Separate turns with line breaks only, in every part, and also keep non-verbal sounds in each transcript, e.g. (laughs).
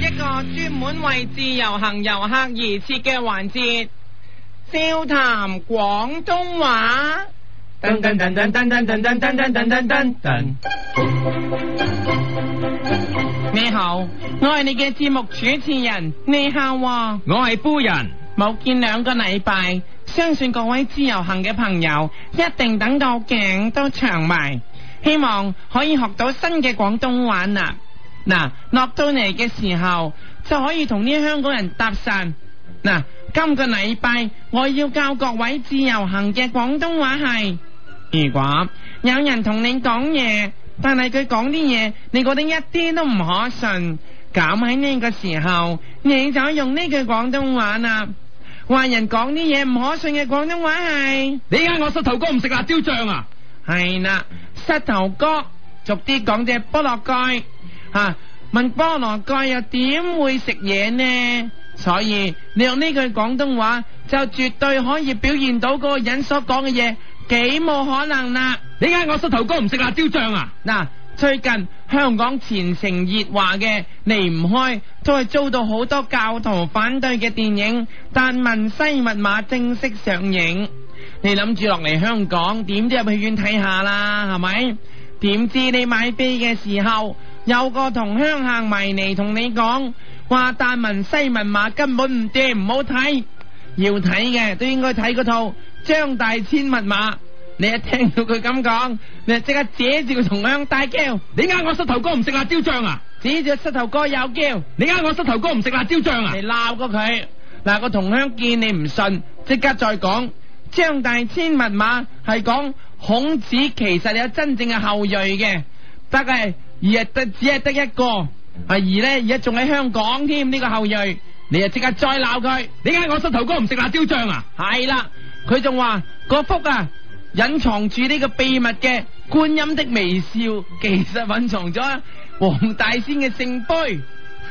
一個專門為自由行遊客而設嘅環節，笑談廣東話。
噔噔噔噔噔噔噔噔噔噔噔噔噔。
你好，我係你嘅節目主持人，你好啊喎。
我係夫人，
冇見兩個禮拜，相信各位自由行嘅朋友一定等到頸都長埋，希望可以學到新嘅廣東話啦。嗱，落到嚟嘅時候就可以同啲香港人搭訕。嗱，今個禮拜我要教各位自由行嘅廣東話係，如果有人同你講嘢，但係佢講啲嘢你覺得一啲都唔可信，咁喺呢個時候你就用呢句廣東話啦。話人講啲嘢唔可信嘅廣東話係，
你嗌我膝頭哥唔食辣椒醬啊？
係啦，膝頭哥，俗啲講隻菠蘿蓋吓、啊問菠蘿蓋又點會食嘢呢？所以你用呢句廣東話就絕對可以表現到嗰個人所講嘅嘢幾冇可能啦。
你嗌我膝頭哥唔食辣椒醬啊？
嗱，最近香港前程熱話嘅離唔開，都係遭到好多教徒反對嘅電影《達文西密碼》正式上映。你諗住落嚟香港，點都入戲院睇下啦，係咪？點知你買飛嘅時候，有個同鄉行埋嚟同你講，話《達文西密碼》根本唔掂，唔好睇。要睇嘅都應該睇嗰套《張大千密碼》。你一聽到佢咁講，你就即刻指住個同鄉大叫，
你嗌我膝頭哥唔食辣椒醬啊？
指住膝頭哥又叫，
你嗌我膝頭哥唔食辣椒醬啊
你？鬧過佢。嗱，個同鄉見你唔信，即刻再講張大千密碼係講孔子其實有真正嘅後裔嘅，得係而係得只係得一個，啊而呢，而家仲喺香港添呢、個後裔，你就即刻再鬧佢。
你嗌我膝頭哥唔食辣椒醬啊？
係啦，佢仲話嗰幅啊隱藏住呢個秘密嘅觀音的微笑，其實隱藏咗黃大仙嘅聖杯。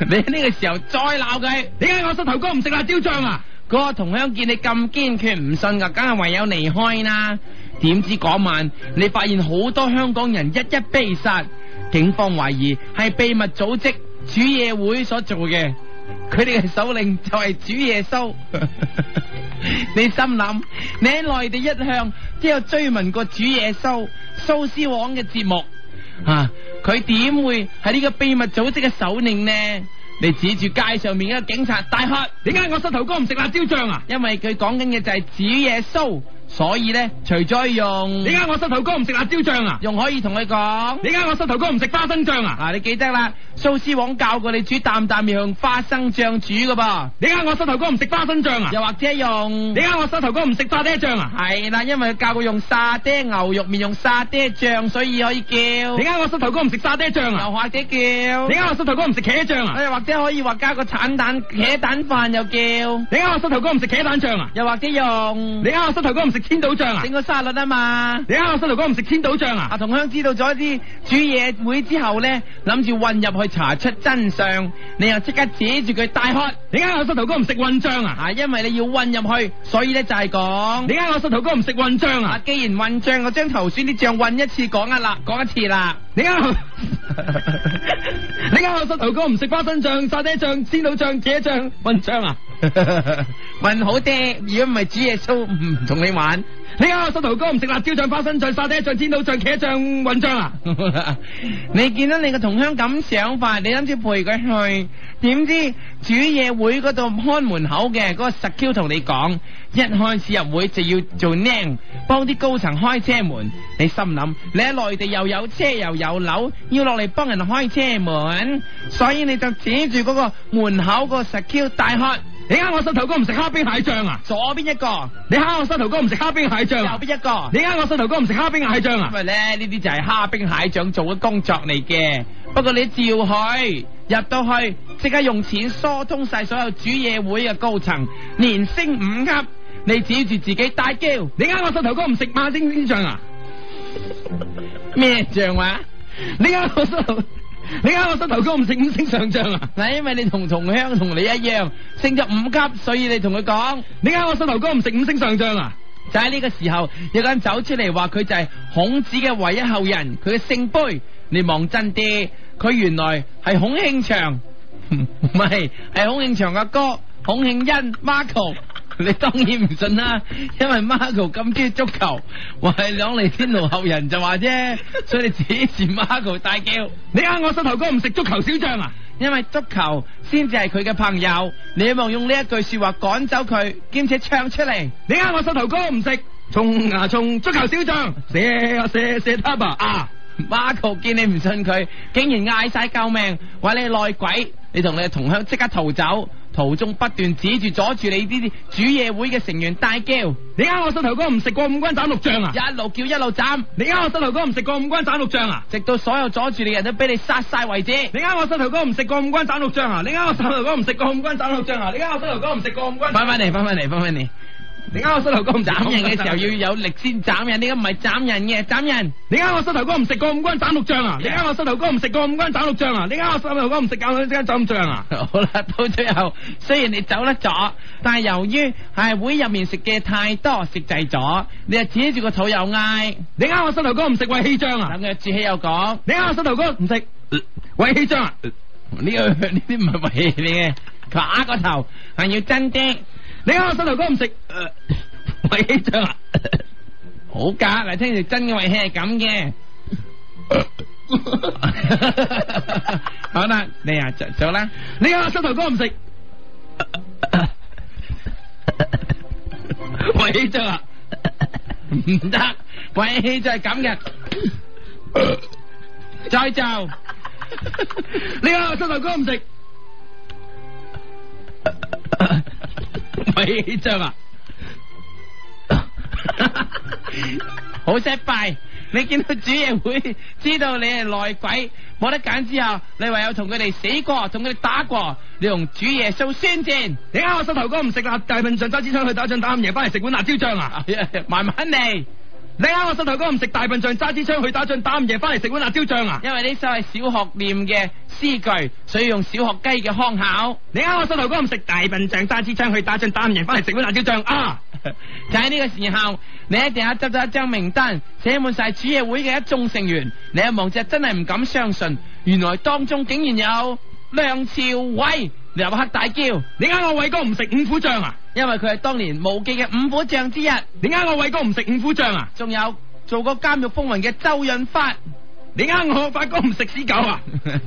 (laughs) 你呢個時候再鬧佢，
你嗌我膝頭哥唔食辣椒醬啊？
嗰個同鄉見你咁堅決唔信噶，梗係唯有離開啦。點知嗰晚你發現好多香港人一一被殺，警方懷疑係秘密組織主夜會所做嘅，佢哋嘅首領就係主耶穌。 (laughs) 你心諗，你喺內地一向都有追問過主耶穌蘇斯王嘅節目。啊！佢點會係呢個秘密組織嘅首領呢？你指住街上面一個警察大喝，
你嗌我膝頭哥唔食辣椒醬啊？
因為佢講緊嘅就係主耶穌，所以呢，除咗用
你嗌我膝頭哥唔食辣椒醬啊？
用可以同佢講，
你嗌我膝頭哥唔食花生醬啊？
啊，你記得啦，蘇斯王教過你煮啖啖要用花生醬煮噶噃，
你嗌我膝頭哥唔食花生醬啊？
又或者用
啊你嗌我膝頭哥唔食沙爹醬啊？
係啦，因為佢教過用沙爹牛肉麵用沙爹醬，所以可以叫，
你嗌我膝頭哥唔食沙爹醬
又
啊？
或者叫
你。嗌我膝頭哥唔食茄醬啊？
又或者可以話加個橙蛋茄蛋飯又叫，
你嗌我膝頭哥唔食茄蛋醬啊？
又或者用
你嗌我膝頭哥唔食千島醬啊？
整個沙律啊嘛。
你嗌我膝頭哥唔食千島醬
阿
啊？
同鄉知道咗啲煮嘢會之後呢，諗住混入去查出真相，你又即刻指住佢大喝，
你嗌我膝頭哥唔食混醬啊？
啊，因為你要混入去，所以呢就係
你
講，
嗌我膝頭哥唔食混醬
啊
啊？，
既然混醬，我將頭先啲醬混一次講一啦，講一次啦。
你啱 (laughs) 我，你啱我膝頭哥唔食花生醬、沙爹醬、千島醬、茄醬、混醬啊！
(laughs) 混好啲，如果唔係煮嘢蘇唔同你玩。
你啱我膝頭哥唔食辣椒醬、花生醬、沙爹醬、千島醬、茄醬、混醬啊！
(laughs) 你見到你個同鄉咁想法，你諗住陪佢去，點知主嘢會嗰度看門口嘅嗰、個實 Q 同你講，一開始入會就要做僆，幫啲高層開車門。你心諗，你喺內地又有車又有樓，要落嚟幫人開車門，所以你就指住嗰個門口個實 Q 大喝，
你啱我膝頭哥唔食蝦兵蟹醬啊！
左邊一個，
你啱我膝頭哥唔食蝦兵蟹醬
右
啊！
邊一個
你。啱我膝頭哥唔食蝦兵蟹醬
因
啊！
為咧呢啲就係蝦兵蟹將做嘅工作嚟嘅。不過你照去入到去，即刻用錢疏通晒所有主嘢會嘅高層，連升五級。你指住自己大叫
你啱我膝頭哥唔食馬丁丁醬啊！
咩醬話、
你啱我膝
(laughs)
頭，你啱我膝頭哥唔食五星上醬啊！
嗱，因為你同同鄉同你一樣升咗五級，所以你同佢講。
你嗌我膝頭哥唔食五星上將啊！
就喺呢個時候，有個人走出嚟話佢就係孔子嘅唯一後人，佢嘅聖杯。你望真啲，佢原來係孔慶祥。 (laughs) 唔係，係孔慶祥嘅哥孔慶欣 Marco。你 (laughs) 當然唔信啦，因為 Marco 咁中意足球，話係兩嚟天奴後人就話啫， (laughs) 所以你指住 Marco 大叫，
你呃我膝頭哥唔食足球小將啊？
因為足球先至係佢嘅朋友，你希望用呢一句説話趕走佢，兼且唱出嚟。
你呃我膝頭哥唔食衝啊衝足球小將，射啊射射他吧啊！
Marco 見你唔信佢，竟然嗌晒救命，話你係內鬼，你同你嘅同鄉即刻逃走，途中不斷指住阻住你呢啲主夜會嘅成員大叫，一
你呃我膝頭哥唔食過五關斬六將啊？
路叫一路斬，
你呃我膝頭哥唔食過五關斬六將啊？
直到所有阻住你嘅人都俾你殺晒為止。
你呃我膝頭哥唔食過五關斬六將啊？你呃我膝頭哥唔食過五關斬六將啊？你呃我膝頭哥唔食過五關斬
翻
六將啊？
返嚟，翻返嚟，翻返嚟！
你呃我膝頭哥唔食過
斬
五關斬六將
人嘅時候要有力先斬人，呢個唔係斬人嘅，斬人。 (laughs)
你呃我膝頭哥唔食過五關斬六將啊！你呃我膝頭哥唔食過五關斬六將啊！你呃我膝頭哥唔食教兩間斬五將啊！
好啦，到最後雖然你走得咗，但係由於係會入面食嘅太多，食滯咗，你就指住個肚又嗌，
你呃我膝頭哥唔食胃氣脹啊！
等佢志氣又講。
你呃我膝頭哥唔食胃氣脹啊！
呢、 (laughs) 個呢啲唔係為你嘅，佢話呃個頭係要真啲，
你呃我膝頭哥唔食呃胃氣脹啊！
好㗎。嗱，聽住真嘅胃氣係咁嘅。
(laughs)
好啦，你啊做做啦，
你呃我膝頭哥唔食
胃氣脹 (laughs) 啊，唔得，胃氣就係咁嘅。再做，
你呃我膝頭哥唔食
胃氣脹啊，好失敗。你見到主爺會知道你係內鬼，冇得揀之後，你唯有同佢哋死過，同佢哋打過，你同主耶穌宣戰。 (laughs)
你呃我膝頭哥唔食辣大笨象揸支槍去打仗打唔贏翻嚟食碗辣椒醬啊！
慢慢嚟，
你呃我膝頭哥唔食大笨象揸支槍去打仗打唔贏翻嚟食碗辣椒醬啊！
因為呢首係小學念嘅詩句，所以用小學雞嘅腔口。
你呃我膝頭哥唔食大笨象揸支槍去打仗打唔贏翻嚟食碗辣椒醬啊！
就喺呢個時候，你一定要執咗一張名單，寫滿晒主夜會嘅一眾成員。你一望就真係唔敢相信，原來當中竟然有梁朝偉，你立刻大叫，因
你呃我偉哥唔食五虎將啊！
為佢係當年無記嘅五虎將之一。
你呃我偉哥唔食五虎將啊！
仲有做過監獄風雲嘅周潤發，
你呃我發哥唔食屎狗
(laughs)
啊！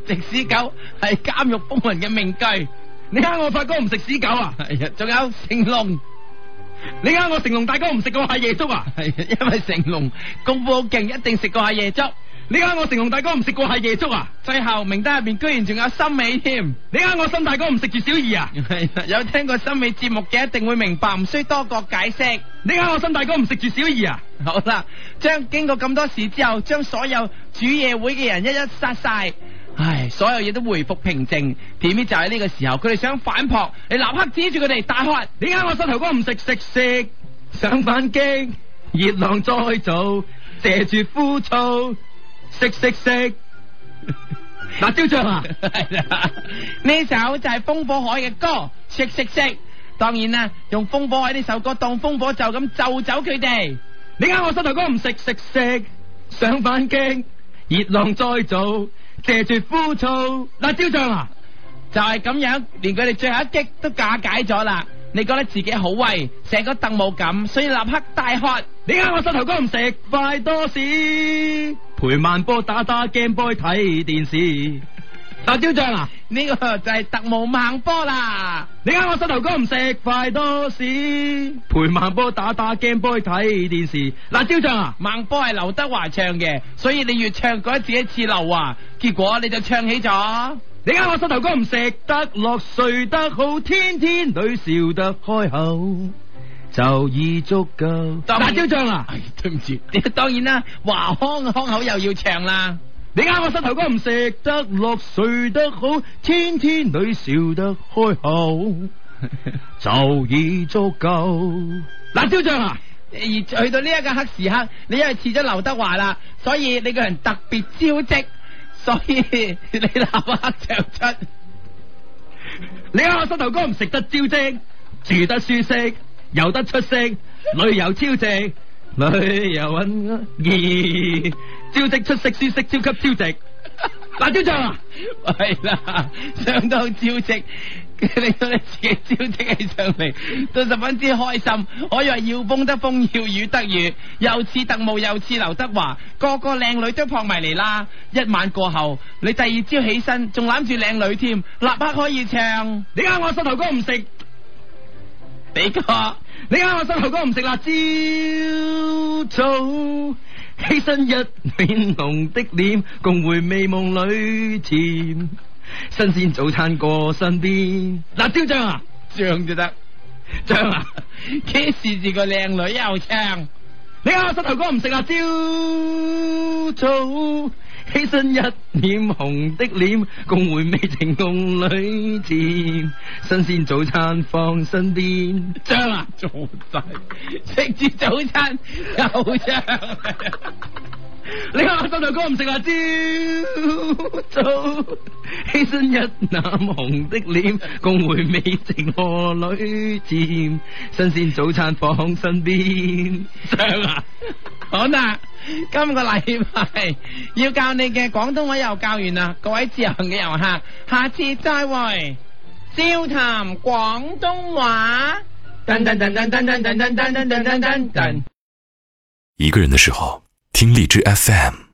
直屎狗係監獄風雲嘅名句。係
你呃我發哥唔食屎狗啊！
啊，仲有成龍。
你呃我成龍大哥唔食過蟹夜粥啊！
係因為成龍功夫好勁，一定食過下夜粥。
你呃我成龍大哥唔食過蟹夜粥啊！
最後名單入邊居然仲有森美添，
你呃我森大哥唔食住小二啊！
係啦 (laughs) 有聽過森美節目嘅一定會明白，唔需多個解釋。
你呃我森大哥唔食住小二啊！
好啦，將經過咁多事之後，將所有主夜會嘅人一一殺晒。唉，所有嘢都回復平靜。點知就喺呢個時候，佢哋想反撲，你立刻指住佢哋大喝。 (laughs)
你呃我膝頭哥唔食食食，想反擊，熱浪再造，借住枯燥，食食食， (laughs) 辣椒醬啊！
係啦，呢首就係風火海嘅歌，食食食。當然啦，用風火海呢首歌當風火咒咁咒走佢哋。
你呃我膝頭哥唔食食食，想反擊，熱浪再造，借住枯燥，辣椒醬啊！
就係咁樣，連佢哋最後一擊都瓦解咗啦。你覺得自己好威，成個凳冇咁，所以立刻大喝。
你呃我膝頭哥唔食快多士，陪慢波打打 game boy 睇電視，辣椒醬啊！
呢、個 (laughs) 就係特務孟波啦。
你呃我膝頭哥唔食快多士，陪慢波打打 game boy 睇電視，辣椒醬啊！
孟波係劉德華唱嘅，所以你越唱覺得自己似劉華，結果你就唱起咗。
你呃我膝頭哥唔食得落睡得好，天天女笑得開口，就已足夠。
當然
辣椒醬
(laughs)
啊！
唉，對唔住，當然啦，華康嘅腔口又要唱啦。
你呃我膝頭哥唔食得落睡得好，天天女笑得開口，就已足夠。辣椒醬啊！
而去到呢一個黑時刻，你因為似咗劉德華啦，所以你個人特別招積，所以你立刻唱出。
你呃我膝頭哥唔食得招積，住得舒適，遊得出色，旅遊超值，旅遊揾意，招積出色舒適超級超值。辣椒醬啊！
(laughs) 系啦，上到招積，令到你自己招積起上嚟，都十分之開心。我以為要風得風，要雨得雨，又似特務又似劉德華，個個靚女都撲埋嚟啦。一晚過後，你第二朝起身仲攬住靚女添，立刻可以唱
你啱我膝頭哥唔食，
你個。
你啱我膝頭哥唔食辣椒早。起身一面紅的臉，共回美夢裏前。新鮮早餐過身邊，辣椒醬啊，
唱就得，
醬啊！
幾時住個靚女又唱？
你啱我膝頭哥唔食辣椒早。起身一臉紅的臉，共回味情共裏甜。新鮮早餐放身邊，
唱啊，做晒食住早餐又唱，
你啱我膝頭哥唔食辣椒早。起身一覽紅的臉，共回味情何裏甜。新鮮早餐放身邊，
唱啊！好啦，今個禮拜要教你嘅廣東話又教完啦，各位自由行嘅遊客，下次再會，笑談廣東話。
噔噔噔噔噔噔噔噔噔噔噔噔噔。
一个人的时候，听荔枝 FM。